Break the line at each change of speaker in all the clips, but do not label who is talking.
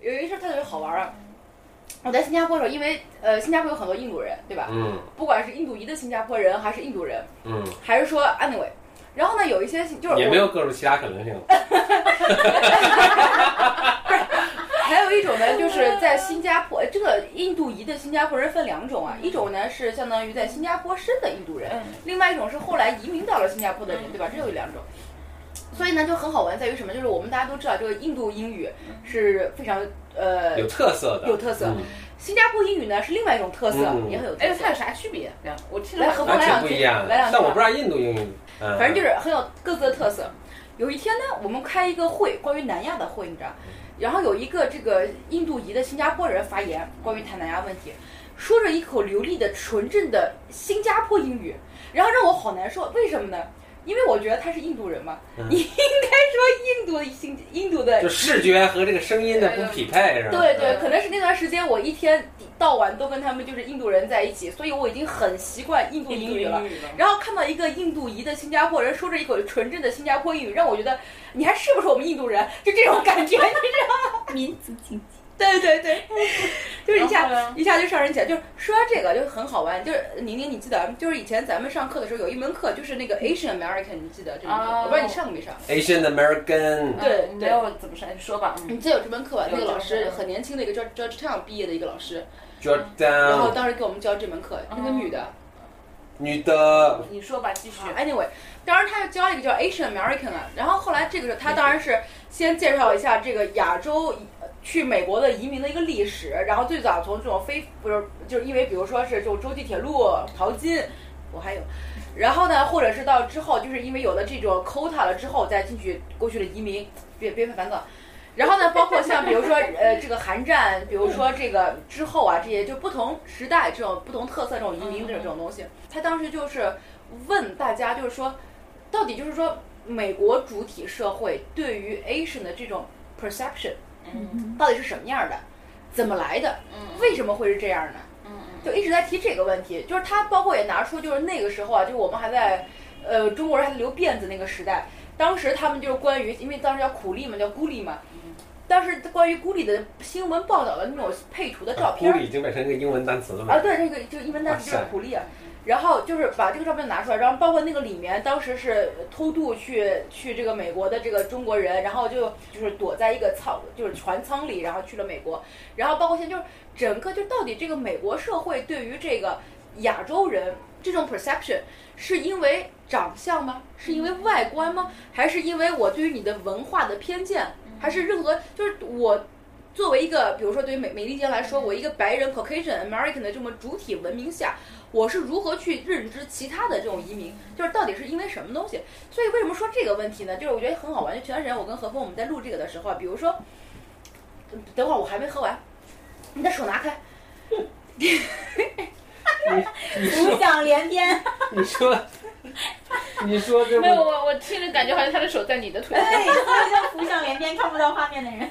有一事儿特别好玩儿啊。我在新加坡的时候，因为呃，新加坡有很多印度人，对吧？
嗯
不管是印度裔的新加坡人，还是印度人，
嗯，
还是说 anyway，然后呢，有一些就是
也
我
没有各种其他可能性了。
还有一种呢，就是在新加坡，这个印度裔的新加坡人分两种啊，
嗯
一种呢是相当于在新加坡生的印度人，
嗯
另外一种是后来移民到了新加坡的人，
嗯
对吧？这有两种。所以呢，就很好玩，在于什么？就是我们大家都知道，这个印度英语是非常呃
嗯有特色的，
有特色
嗯
新加坡英语呢是另外一种特色，
嗯
也很有特
哎，
色。
它有啥句别？这样我听
来
了
和
完
来
全
两
不
句
一样
来两。句
但我不知道印度英语，嗯，
反正就是很有各自的特色。有一天呢，我们开一个会，关于南亚的会，你知道，然后有一个这个印度裔的新加坡人发言，关于谈南亚问题，说着一口流利的纯正的新加坡英语，然后让我好难 受，为什么呢？因为我觉得他是印度人嘛，
嗯
你应该说印度的新印度的
就视觉和这个声音的不匹配，是吧？
对对，
嗯
可能是那段时间我一天到晚都跟他们就是印度人在一起，所以我已经很习惯印度英语了。然后看到一个印度裔的新加坡人说着一口纯正的新加坡英语，让我觉得你还是不是我们印度人？就这种感觉，你知道吗？
民族经济。
对对对，就是一
然后
下
呢
一下就上人起来，就是说到这个就很好玩。就是宁宁，你记得就是以前咱们上课的时候有一门课，就是那个 Asian American，你记得这门课？
哦
我不知道你上过没上。
，Asian American，
对对
嗯没有怎么说，你说吧。嗯
你记得有这门课吧？那个
有
老
有
师
有
很年轻的一个 George Georgetown 毕业的一个老师，然后
Jordan，
当时给我们教这门课，那个女的。
女的，
你说吧，继续。
Anyway，当时他就教了一个叫 Asian American 啊，然后后来这个时候他当然是先介绍一下这个亚洲移去美国的移民的一个历史，然后最早从这种非不是就是因为比如说是这种洲际铁路、淘金，我还有，然后呢，或者是到之后就是因为有了这种 quota 了之后再进去过去的移民，别别烦躁。然后呢，包括像比如说呃这个韩战，比如说这个之后啊这些，就不同时代这种不同特色这种移民这种这种东西，他当时就是问大家，就是说到底就是说美国主体社会对于 Asian 的这种 perception
嗯
到底是什么样的，怎么来的，
嗯
为什么会是这样呢？
嗯
就一直在提这个问题，就是他包括也拿出就是那个时候啊，就是我们还在，呃，中国人还留辫子那个时代，当时他们就是关于，因为当时叫苦力嘛，叫孤立嘛
嗯，
当时关于孤立的新闻报道的那种配图的照
啊孤
片儿
立已经变成一个英文单词了嘛
啊，？对，这个就英文单词就是苦力啊，然后就是把这个照片拿出来，然后包括那个里面，当时是偷渡去去这个美国的这个中国人，然后就就是躲在一个舱，就是船舱里，然后去了美国，然后包括现在就是整个就到底这个美国社会对于这个亚洲人这种 perception 是因为长相吗？是因为外观吗？还是因为我对于你的文化的偏见？还是任何就是我作为一个，比如说对于美美利坚来说，我一个白人 Caucasian American 的这么主体文明下，我是如何去认知其他的这种移民？就是到底是因为什么东西？所以为什么说这个问题呢？就是我觉得很好玩。就前段时间我跟何峰我们在录这个的时候啊，比如说，嗯等会儿我还没喝完，你的手拿开，
浮想联翩，
你说，你说这不
没有，我我听着感觉好像他的手在你的腿上。
对，所以叫浮想联翩，看不到画面的人。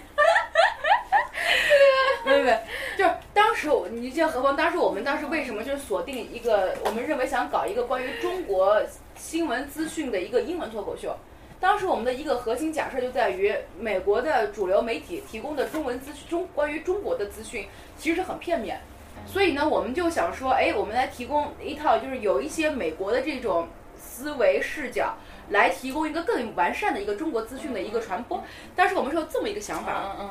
没有没有，就是当时我，你记得何鹏，当时我们当时为什么就是锁定一个，我们认为想搞一个关于中国新闻资讯的一个英文脱口秀。当时我们的一个核心假设就在于，美国的主流媒体提供的中文资讯，中关于中国的资讯其实是很片面。所以呢，我们就想说，哎，我们来提供一套就是有一些美国的这种思维视角，来提供一个更完善的一个中国资讯的一个传播。当时我们是有这么一个想法，
嗯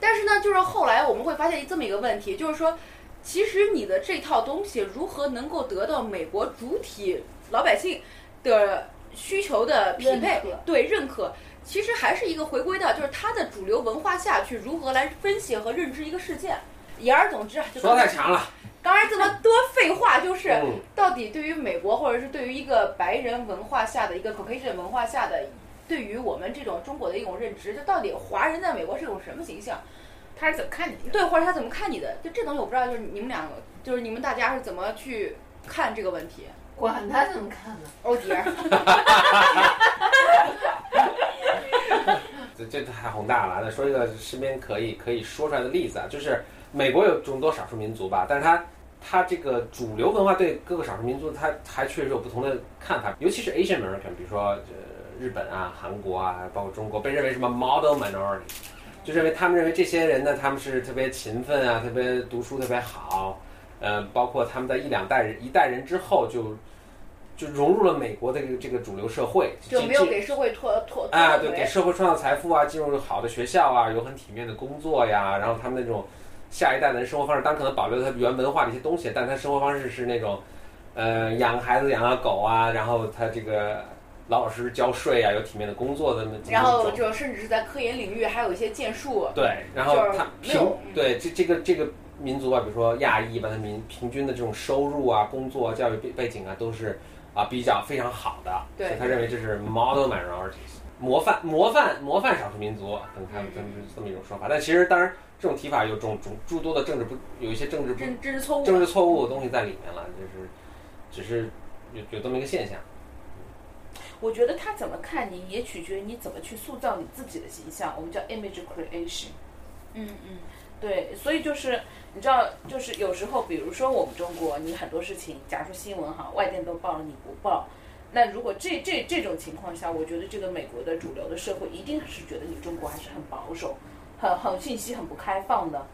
但是呢，就是后来我们会发现这么一个问题，就是说，其实你的这套东西如何能够得到美国主体老百姓的需求的匹配
认可，
对认可，其实还是一个回归到就是它的主流文化下去如何来分析和认知一个事件。言而总之啊，就
说太
刚
长了，
当然这么多废话，就是
嗯
到底对于美国或者是对于一个白人文化下的一个 Caucasian 文化下的，对于我们这种中国的一种认知，就到底华人在美国是一种什么形象？
嗯，他是怎么看你的？
对，或者他怎么看你的？就这东西我不知道，就是你们两个，就是你们大家是怎么去看这个问题？哦
管他怎么看呢？
欧迪 儿，
这这太宏大了。再说一个身边可以可以说出来的例子啊，就是美国有众多少数民族吧，但是它它这个主流文化对各个少数民族，它还确实有不同的看法，尤其是 Asian American，比如说呃日本啊、韩国啊，包括中国，被认为什么 model minority，就认为他们认为这些人呢，他们是特别勤奋啊，特别读书特别好，呃，包括他们在一两代人一代人之后就就融入了美国的这个这个主流社会，
就
进
没有
进
给社会拖拖拖
啊，
后
对，给
腿。
社会创造财富啊，进入好的学校啊，有很体面的工作呀，然后他们那种下一代的生活方式，当然可能保留他原文化的一些东西，但他生活方式是那种，呃，养孩子养啊狗啊，然后他这个老老实实交税啊，有体面的工作的那么
然后
那种
就甚至是在科研领域还有一些建树，
对，然后
就是
他
没
平
有嗯
对这这个这个民族啊，比如说亚裔吧，他民平均的这种收入啊、工作、教育背背景啊，都是啊比较非常好的，
对
所以他认为这是 model minority 模范模范模范少数民族，可能他
嗯
们他们是这么一种说法。但其实当然这种提法有种种诸多的政治不有一些政治不
真真是错误
政
了。
治错误的东西在里面了，就是只是有有这么一个现象。
我觉得他怎么看你，也取决于你怎么去塑造你自己的形象，我们叫 image creation。
嗯嗯，
对，所以就是你知道，就是有时候，比如说我们中国，你很多事情，假如说新闻哈，外电都报了，你不报，那如果这这这种情况下，我觉得这个美国的主流的社会一定是觉得你中国还是很保守，很很信息很不开放的，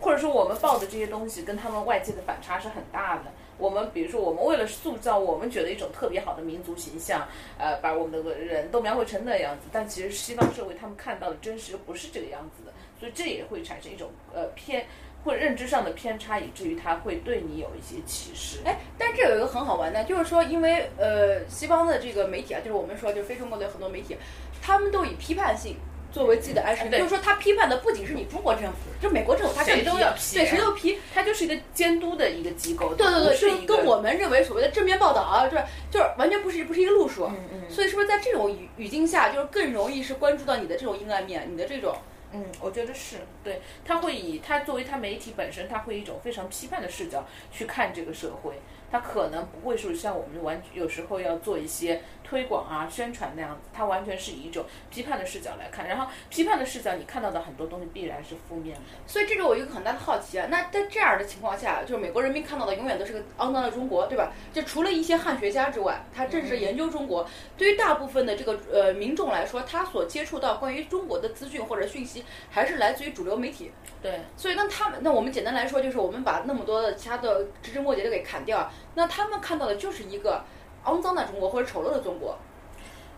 或者说我们报的这些东西跟他们外界的反差是很大的。我们比如说，我们为了塑造我们觉得一种特别好的民族形象，呃，把我们的人都描绘成那样子，但其实西方社会他们看到的真实不是这个样子的，所以这也会产生一种呃偏或者认知上的偏差，以至于他会对你有一些歧视。
哎，但这有一个很好玩的，就是说，因为呃，西方的这个媒体啊，就是我们说就是非中国的很多媒体，他们都以批判性。作为自己的
嗯
安身，
对
就是说，他批判的不仅是你中国政府，就美国政府，他
谁
更
都要批
对，
啊
谁都批，
它就是一个监督的一个机构，
对对
不
对，
是
就
一
是
个
跟我们认为所谓的正面报道啊，就是就是完全不是不是一个路数。
嗯嗯
所以是不是在这种语语境下，就是更容易是关注到你的这种阴暗面，你的这种
嗯，我觉得是对，他会以他作为他媒体本身，他会以一种非常批判的视角去看这个社会，他可能不会说像我们完有时候要做一些推广啊、宣传那样子，他完全是以一种批判的视角来看，然后批判的视角你看到的很多东西必然是负面的，
所以这个我有一个很大的好奇啊，那在这样的情况下，就是美国人民看到的永远都是个肮脏的中国，对吧？就除了一些汉学家之外，他正
嗯
式研究中国，对于大部分的这个呃民众来说，他所接触到关于中国的资讯或者讯息，还是来自于主流媒体。
对。
所以那他们，那我们简单来说，就是我们把那么多的其他的枝枝末节都给砍掉，那他们看到的就是一个肮脏的中国或者丑陋的中国。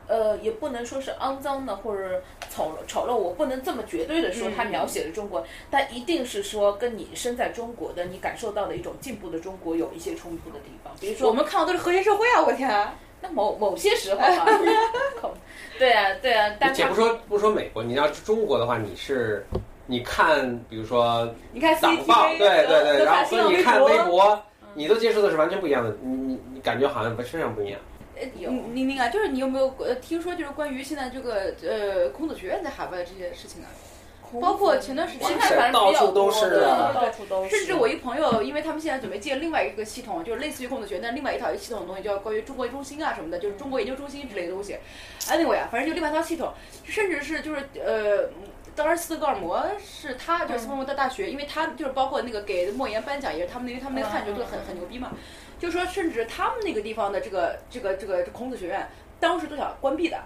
呃，也不能说是肮脏的或者丑陋丑陋，我不能这么绝对的说
嗯
它描写了中国，但一定是说跟你身在中国的你感受到的一种进步的中国有一些冲突的地方，比如说
我们看到都是和谐社会啊！我天、啊，
那某某些时候啊， 口对啊对啊，但
且
他
不说不说美国，你要是中国的话，你是你看，比如说
你看 C
党
T
报，
V
对对对，然后
新
所
浪
以你
微
看微
博，
博，你都接触的是完全不一样的，你你你感觉好像非常不一样。
有
嗯
宁宁宁啊，就是你有没有呃听说就是关于现在这个呃孔子学院在海外的这些事情啊？包括前段时间
现
哇
在
塞
反正比较
到处都
多
是
对
啊
到处都是，
甚至我一朋友，因为他们现在准备建另外一个系统，就是类似于孔子学，但另外一套系统的东西，叫关于中国中心啊什么的，就是中国研究中心之类的东西。Anyway 啊，反正就另外一套系统，甚至是就是呃，当时斯德哥尔摩是他就是斯德哥尔摩的大学，因为他就是包括那个给莫言颁奖也是他们那个他们那个汉学做的很很牛逼嘛，就说甚至他们那个地方的这个这个这个孔子学院，当时都想关闭的。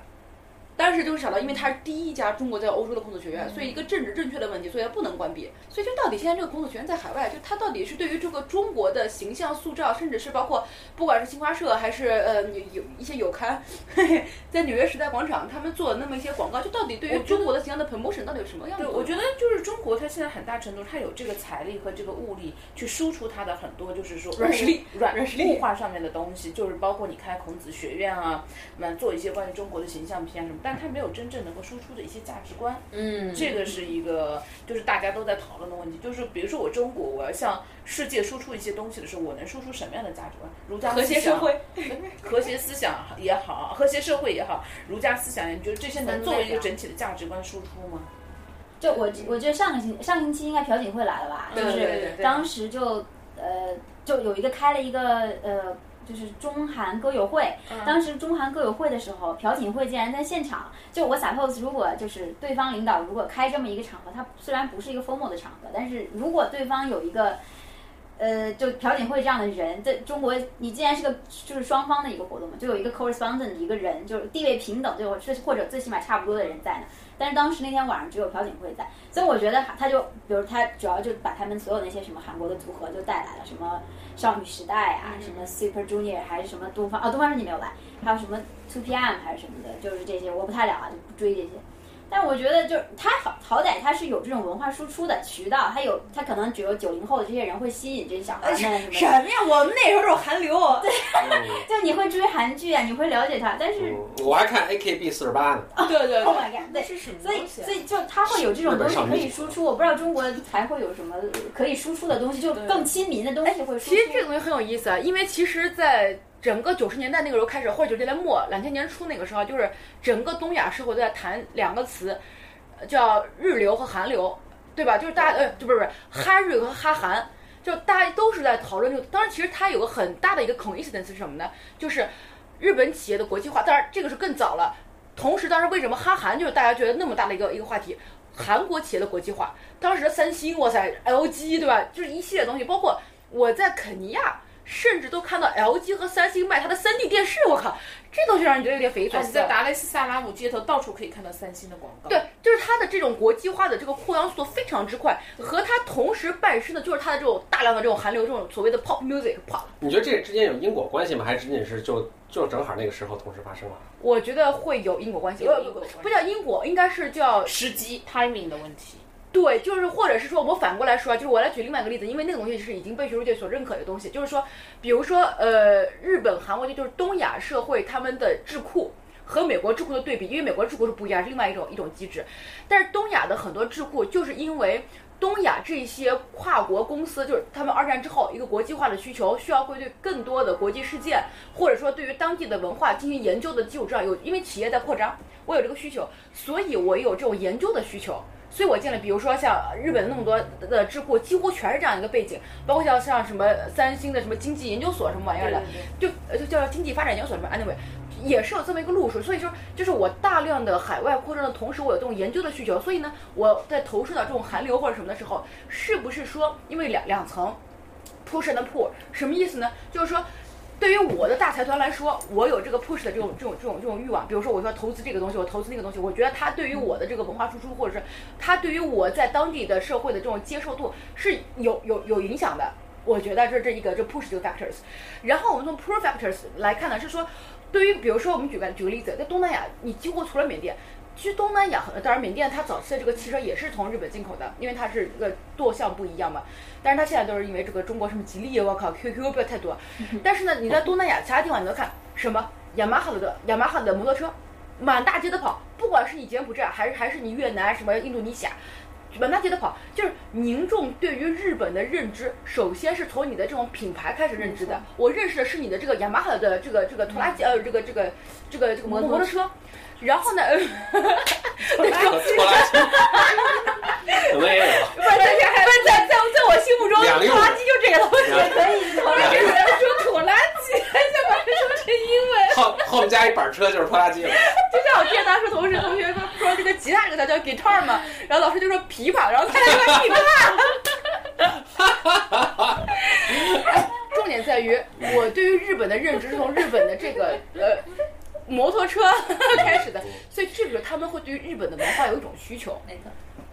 当时就是想到，因为它是第一家中国在欧洲的孔子学院，所以
嗯
一个政治正确的问题，所以它不能关闭。所以就到底现在这个孔子学院在海外，就它到底是对于这个中国的形象塑造，甚至是包括不管是新华社还是呃有有一些有刊，嘿嘿，在纽约时代广场他们做的那么一些广告，就到底对
我
于
觉得
中国的形象的 promotion 到底有什么样的作用？
对，我觉得就是中国，它现在很大程度它有这个财力和这个物力去输出它的很多，就是说
软实力、
软
软实力
物化上面的东西，就是包括你开孔子学院啊，那做一些关于中国的形象片啊什么，但它没有真正能够输出的一些价值观。
嗯
这个是一个就是大家都在讨论的问题，就是比如说我中国，我要向世界输出一些东西的时候，我能输出什么样的价值观？儒家
和谐
思想
社会，
和谐思想也好，和谐社会也好，儒家思想，你觉得这些能作为一
分类
个
啊
整体的价值观输出吗？
就我我觉得上个星上星期应该朴槿惠来了吧？
对
就是
对对
对
当时就呃就有一个开了一个呃就是中韩歌友会，
嗯
当时中韩歌友会的时候，朴槿惠竟然在现场。就我 suppose 如果就是对方领导如果开这么一个场合，他虽然不是一个 formal 的场合，但是如果对方有一个呃，就朴槿惠这样的人，在中国，你既然是个就是双方的一个活动嘛，就有一个 correspondent 一个人，就是地位平等，就我最或者最起码差不多的人在那。但是当时那天晚上只有朴槿惠在，所以我觉得他就，比如他主要就把他们所有那些什么韩国的组合就带来了，什么少女时代啊，什么 Super Junior 还是什么东方啊，东方是你没有来，还有什么 Two PM 还是什么的，就是这些我不太了啊，就不追这些。但我觉得就是他好好歹他是有这种文化输出的渠道，他有他可能只有九零后的这些人会吸引这些小孩们什么的。
什么呀？我们那时候这种韩流，
就你会追韩剧啊，你会了解他，但是
嗯我还看 AKB 四十八呢，
对对对
Oh my god，对
那，是什么
所以
东西啊
所以就他会有这种东西可以输出，我不知道中国还会有什么可以输出的东西，就更亲民的东西会输出。
其实这个东西很有意思啊，因为其实，在整个九十年代那个时候开始，或者九十年代末、两千年初那个时候，啊就是整个东亚社会都在谈两个词，呃叫日流和韩流，对吧？就是大家呃，就不是不是哈日和哈韩，就大家都是在讨论这个。当然，其实它有个很大的一个 coincidence 是什么呢？就是日本企业的国际化，当然这个是更早了。同时，当时为什么哈韩就是大家觉得那么大的一个一个话题？韩国企业的国际化，当时的三星，哇塞，LG 对吧？就是一系列东西，包括我在肯尼亚，甚至都看到 LG 和三星卖它的 3D 电视，我靠，这东西让人觉得有点匪夷所
而且
思。
在达雷斯萨拉姆街头到处可以看到三星的广告。
对，就是它的这种国际化的这个扩张速度非常之快，
嗯
和它同时伴生的就是它的这种大量的这种韩流这种所谓的 pop music pop。
你觉得这之间有因果关系吗？还是仅仅是就就正好那个时候同时发生了？
我觉得会有因果关系，
有因果关系
不叫因果，应该是叫
时机 timing 的问题。
对，就是或者是说，我反过来说啊，就是我来举另外一个例子，因为那个东西是已经被学术界所认可的东西，就是说，比如说，呃，日本、韩国就就是东亚社会他们的智库和美国智库的对比，因为美国智库是不一样，是另外一种一种机制，但是东亚的很多智库就是因为。东亚这些跨国公司，就是他们二战之后一个国际化的需求，需要会对更多的国际事件，或者说对于当地的文化进行研究的基础之上，有因为企业在扩张，我有这个需求，所以我有这种研究的需求，所以我进了，比如说像日本那么多的智库，几乎全是这样一个背景，包括像像什么三星的什么经济研究所什么玩意儿的，就呃就叫经济发展研究所什么 anyway，也是有这么一个路数。所以就是就是我大量的海外扩张的同时，我有这种研究的需求，所以呢，我在投射到这种韩流或者什么的时候，是不是说因为两两层，push and pull 什么意思呢？就是说。对于我的大财团来说，我有这个 push 的这种这种这种这种欲望。比如说，我说投资这个东西，我投资那个东西，我觉得它对于我的这个文化输出，或者是它对于我在当地的社会的这种接受度是有有有影响的。我觉得这这一个这 push 这个 factors，然后我们从 pro factors 来看呢，是说对于比如说我们举个举个例子，在东南亚，你几乎除了缅甸，其实东南亚很当然缅甸它早期的这个汽车也是从日本进口的，因为它是这个舵向不一样嘛。但是它现在都是因为这个中国什么吉利，我靠 QQ 不要太 多。但是呢，你在东南亚其他地方你都看什么雅马哈的雅马哈的摩托车，满大街的跑，不管是你柬埔寨还是还是你越南啊什么印度尼西亚，满大街的跑，就是民众对于日本的认知，首先是从你的这种品牌开始认知的。我认识的是你的这个雅马哈的这个这个拖拉机，呃，这个这个这个这个摩摩托车。然后呢，呃
拖拉机，怎么也有。
不是在在在在我心目中，
两个用
拖拉机就这个东西。
两
可以，
我也觉得说拖拉 机，想把它说成英文。
后后面加一板车就是拖拉机了。
就像我之前当时同事同学说说这个吉他这个叫叫 guitar 嘛，然后老师就说琵琶，然后他就 说琵琶。 重点在于我对于日本的认知是从日本的这个呃摩托车 开始的，所以这个他们会对于日本的文化有一种需求。
没错，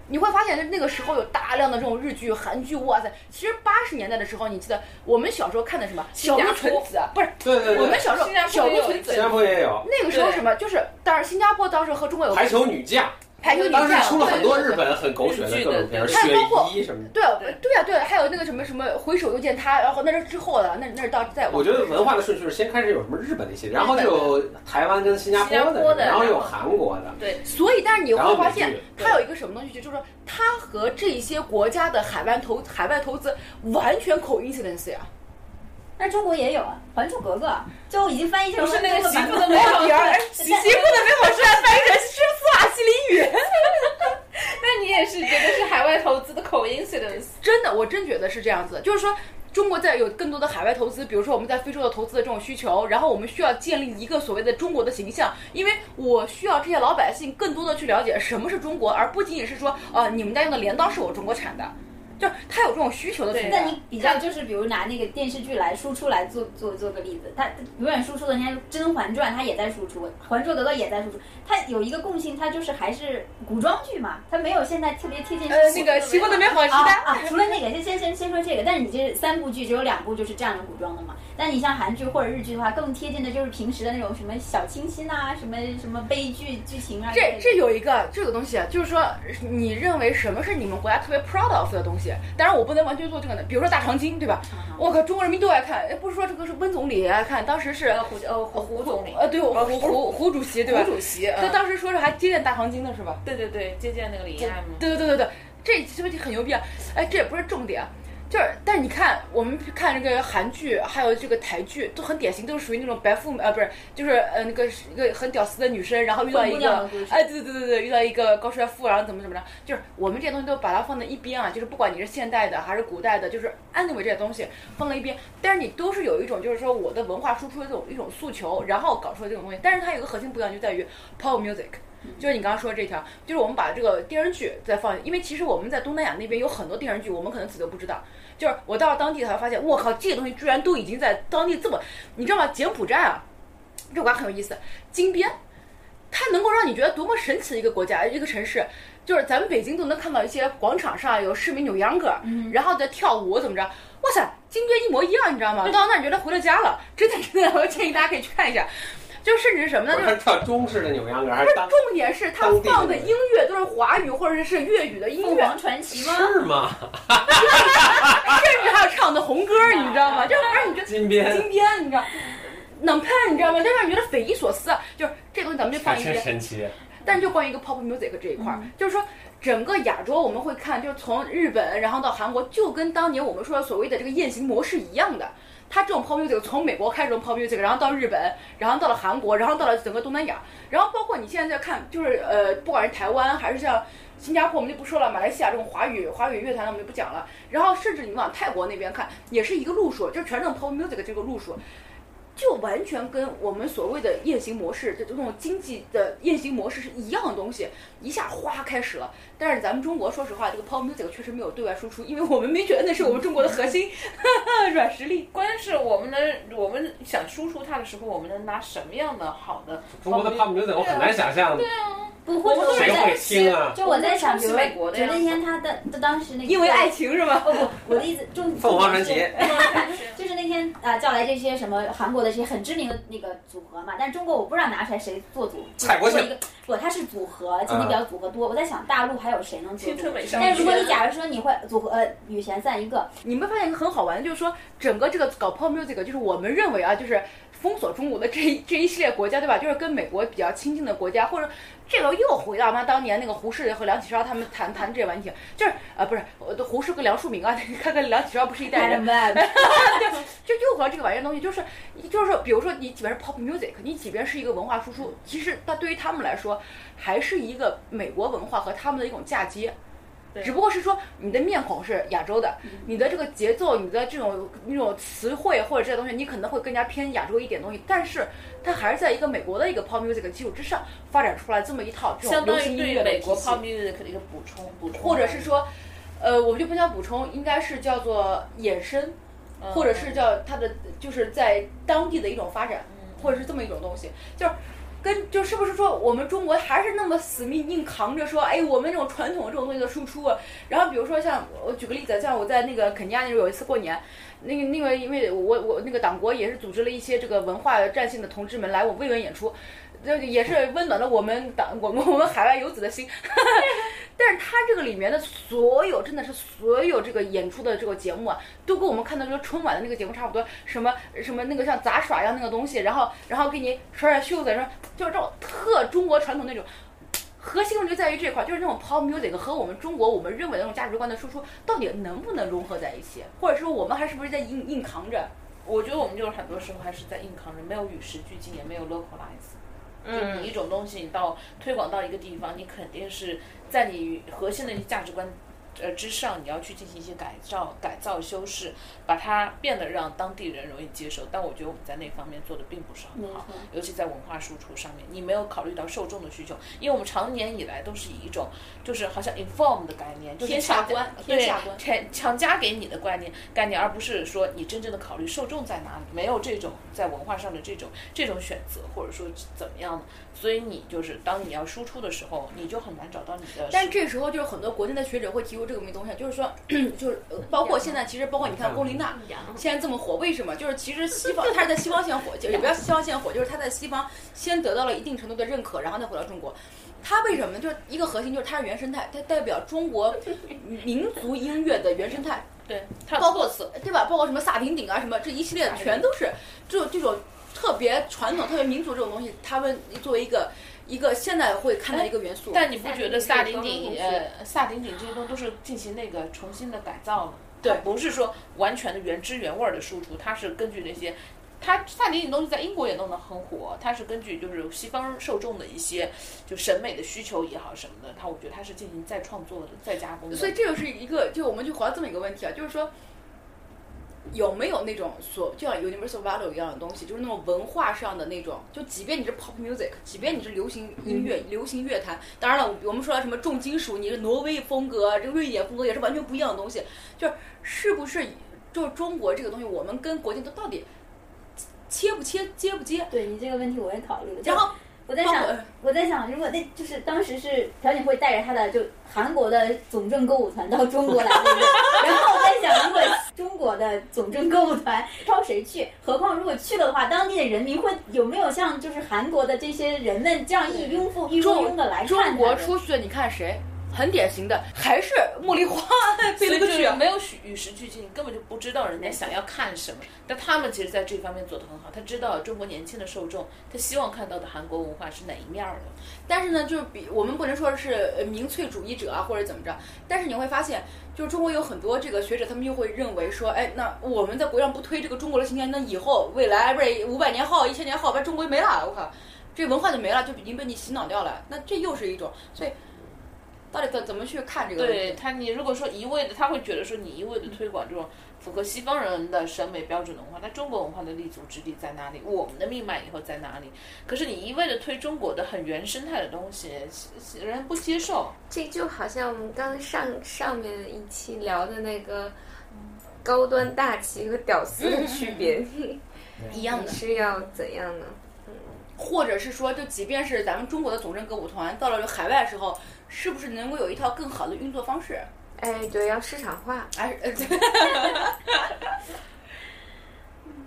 你会发现，那个时候有大量的这种日剧、韩剧，哇塞！其实八十年代的时候，你记得我们小时候看的什么《小
新
鹿
加坡
纯子》啊，不是
对对
我们
对，
小时候
新加坡
小
也
鹿
有
纯
新
子
加坡也有
那个时候什么就是，当然新加坡当时和中国有
排球女将，
排球女
当
将，
时出了很多
对
日。本很狗血的各种片
对对
对
儿，雪
对对
姨什么的。
对对对啊呀、对呀、还有那个什么什么挥手又见他，然后那是之后的，那那是到在
我觉得文化的顺序是先开始有什么日本的一些，然后就有台湾跟新加
新加坡
的，
的
然后有韩国的，
对，
所以，但是你
然后
会发
美
现
剧，
它有一个什么东西，就是说它和这些国家的海外投海外投资完全 coincidence 呀、
那中国也有啊，《还珠格格》就已经翻译成
不是那个
中文
媳
版
妇
本
的美好
第 二，
事。
媳媳妇的美好是来翻译成是斯瓦西里语。
那你也是觉得是海外投资的 coincidence？
真的，我真觉得是这样子的，就是说。中国在有更多的海外投资，比如说我们在非洲的投资的这种需求，然后我们需要建立一个所谓的中国的形象，因为我需要这些老百姓更多的去了解什么是中国，而不仅仅是说，呃，你们家用的镰刀是我中国产的，就是他有这种需求的存
对
那
在。
你比较就是，比如拿那个电视剧来输出来做做做个例子，它永远输出的，你看《甄嬛传》，它也在输出，《还珠格格》也在输出，它有一个共性，它就是还是古装剧嘛，它没有现在特别贴近
呃，
生活
那个《西湖的美好时
啊
代》
啊！除了那个，先先先先说这个，但是你这三部剧只有两部就是这样的古装的嘛。但你像韩剧或者日剧的话，更贴近的就是平时的那种什么小清新啊，什么什么悲剧剧情啊。
这这有一个这个东西，啊就是说你认为什么是你们国家特别 proud of 的东西？当然我不能完全做这个的，比如说大长今，对吧？
啊
我靠，中国人民都爱看，哎不是说这个是温总理爱看，当时是
呃胡呃胡胡总理，
呃，对，胡
呃
胡胡胡主席对吧
胡？主席，
他
嗯
当时说是还接见大长今的是吧？
对对对，接见那个李艾嘛，
对对对对对，这是不是很牛逼啊？哎，这也不是重点，就是但是你看我们看这个韩剧，还有这个台剧，都很典型，都是属于那种白富美呃，不是，就是呃那个一个很屌丝的女生，然后遇到
灰
一
姑娘的
个
故事
哎，对对对对，遇到一个高帅富，然后怎么怎么着，就是我们这些东西都把它放在一边啊，就是不管你是现代的还是古代的，就是 anyway 这些东西放在一边，但是你都是有一种就是说我的文化输出的这种一种诉求，然后搞出来这种东西，但是它有一个核心不一样，就在于 pop music。就是你刚刚说的这条，就是我们把这个电视剧再放，因为其实我们在东南亚那边有很多电视剧，我们可能自己都不知道。就是我到了当地才发现，我靠，这个东西居然都已经在当地这么，你知道吗？柬埔寨啊，这国家很有意思，金边，它能够让你觉得多么神奇的一个国家，一个城市。就是咱们北京都能看到一些广场上有市民扭秧
嗯
歌，然后在跳舞怎么着？哇塞，金边一模一样，你知道吗？到那你觉得回了家了，真的真的，我建议大家可以去看一下。就甚至是什么呢？
我
就是
是跳中式的扭秧歌，还是当
重点是他放的音乐都是华语或者是粤语的音
凤
乐，
凰传奇吗？
是吗？
甚至还有唱的红歌，你知道吗？就是让你觉
金
得
边
今天你知道。能喷，你知道吗？就让你觉得匪夷所思。啊就是这东西，咱们就放一边
真。神奇。
但就关于一个 pop music 这一块儿，就是说整个亚洲我们会看，就是从日本然后到韩国，就跟当年我们说的所谓的这个雁行模式一样的。它这种 pop music 从美国开始用 pop music，然后到日本，然后到了韩国，然后到了整个东南亚，然后包括你现在在看，就是呃，不管是台湾还是像新加坡，我们就不说了，马来西亚这种华语华语乐坛我们就不讲了。然后甚至你往泰国那边看，也是一个路数，就是全这种 pop music 这个路数，就完全跟我们所谓的夜行模式，就这种经济的夜行模式是一样的东西，一下哗开始了。但是咱们中国，说实话，这个 pop music 确实没有对外输出，因为我们没觉得那是我们中国的核心 软实力。
关键是我们能，我们想输出它的时候，我们能拿什么样的好 的？
中国的 pop music 我很难想象，
不，或者我
谁
在
会听啊？
就我在想，比如
美国的
觉
呀
得那天他的他当时那个
因为爱情是吧？
不不，我的意思重
凤凰传
重
奇
点是。就是那天啊、叫来这些什么韩国的这些很知名的那个组合嘛，但是中国我不知道拿出来谁做组，
蔡国庆
做一个不，它是组合，今天比较组合多。我在想大陆还有谁能做
青
组
春
合？
美少女啊
但是如果你假如说你会组合，呃，女贤算一个，
你们发现一个很好玩的，就是说整个这个搞 pop music，就是我们认为啊，就是封锁中国的这一这 一系列国家，对吧？就是跟美国比较亲近的国家，或者这个又回到妈当年那个胡适和梁启超他们谈谈这玩意，就是呃不是我的胡适跟梁漱溟啊， 看看梁启超不是一代人，就又回到这个玩意儿东西，就是就是比如说你即便是 pop music，你即便是一个文化输出，其实它对于他们来说还是一个美国文化和他们的一种嫁接。
对啊嗯
只不过是说你的面孔是亚洲的，你的这个节奏、你的这种那种词汇或者这些东西，你可能会更加偏亚洲一点东西，但是它还是在一个美国的一个 pop music 基础之上发展出来这么一套这种
相
流
当
行
于
音乐的
对美国
体系
pop 嗯 music 的一个补充，补充，
或者是说，呃，我就不想补充，应该是叫做衍生，
嗯
或者是叫它的就是在当地的一种发展，或者是这么一种东西，就是。跟就是不是说我们中国还是那么死命硬扛着说，哎，我们这种传统这种东西的输出啊。然后比如说像我举个例子，像我在那个肯尼亚那时候有一次过年，那个那个因为我我那个党国也是组织了一些这个文化战线的同志们来我慰问演出，这也是温暖了我们党 我们我们海外游子的心。 但是它这个里面的所有，真的是所有这个演出的这个节目啊，都跟我们看到这个春晚的那个节目差不多，什么什么那个像杂耍一样那个东西，然后然后给你甩甩袖子，说就是这种特中国传统那种。核心问题就在于这块，就是那种 pop music 和我们中国我们认为的那种价值观的输出，到底能不能融合在一起，或者说我们还是不是在硬硬扛着？
我觉得我们就是很多时候还是在硬扛着，没有与时俱进，也没有 localize。就你
嗯
一种东西，你到推广到一个地方，你肯定是在你核心的价值观呃之上，你要去进行一些改造、改造、修饰，把它变得让当地人容易接受。但我觉得我们在那方面做的并不是
没
很好
错，
尤其在文化输出上面，你没有考虑到受众的需求，因为我们长年以来都是以一种就是好像 inform 的概念，就是
天下
强加
观
对
天下观
强强加给你的观念概念，而不是说你真正的考虑受众在哪里，没有这种在文化上的这种这种选择，或者说怎么样的，所以你就是当你要输出的时候，你就很难找到你的。
但这时候就是很多国内的学者会提出这个东西，就是说， 就是呃包括现在，其实包括你看龚琳娜
一样
呃
现在这么火，为什么？就是其实西方，她是在西方先火，也不要西方先火，就是她在西方先得到了一定程度的认可，然后再回到中国。她为什么呢？就是一个核心，就是她是原生态，她代表中国民族音乐的原生态，
对，它 有
包括
特色，
对吧？包括什么萨顶顶啊，什么这一系列的，全都是这这种特别传统、特别民族这种东西，他们作为一个一个现在会看到一个元素。
但你 不觉得萨顶
萨顶顶
顶
是
呃萨顶顶这些东西都是进行那个重新的改造了？
对
它不是说完全的原汁原味儿的输出，它是根据那些。它萨顶顶东西在英国也弄得很火，它是根据就是西方受众的一些就审美的需求也好什么的，它我觉得它是进行再创作的、再加工的。
所以这个是一个，就我们就回到这么一个问题啊，就是说，有没有那种所就像 universal value 一样的东西，就是那种文化上的那种，就即便你是 pop music，即便你是流行音乐、
嗯
流行乐坛，当然了，我们说到什么重金属，你是挪威风格，这个瑞典风格也是完全不一样的东西，就是是不是就中国这个东西，我们跟国际都到底切不切接不接？
对你这个问题我也考虑了，
然后
我在
包
想
括，
我在想，如果那就是当时是朴槿惠带着她的就韩国的总政歌舞团到中国来，对不对？然后我在想，如果中国的总政歌舞团挑谁去？何况如果去了的话，当地的人民会有没有像就是韩国的这些人们这样一拥簇一
中
拥拥的来看
中国
他们
出去的，你看谁？很典型的还是茉莉花 飞了
所以
个啊
就
去
是，没有与时俱进，根本就不知道人家想要看什么。但他们其实在这方面做得很好，他知道中国年轻的受众，他希望看到的韩国文化是哪一面儿的。
但是呢，就是比我们不能说是呃民粹主义者啊，或者怎么着。但是你会发现，就是中国有很多这个学者，他们又会认为说，哎，那我们在国上不推这个中国的形象，那以后未来不是五百年后、一千年后，把中国没了，我靠，这文化就没了，就已经被你洗脑掉了。那这又是一种，所以到底怎怎么去看这个问
对
题？
他，你如果说一味的，他会觉得说你一味的推广这种符合西方人的审美标准的文化，那中国文化的立足之地在哪里？我们的命脉以后在哪里？可是你一味的推中国的很原生态的东西，人不接受。
这就好像我们刚上上面一期聊的那个高端大气和屌丝的区
嗯
别，
一样
你是要怎样呢？
或者是说，就即便是咱们中国的总政歌舞团到了海外的时候，是不是能够有一套更好的运作方式？
哎，对，要市场化。
还是呃，对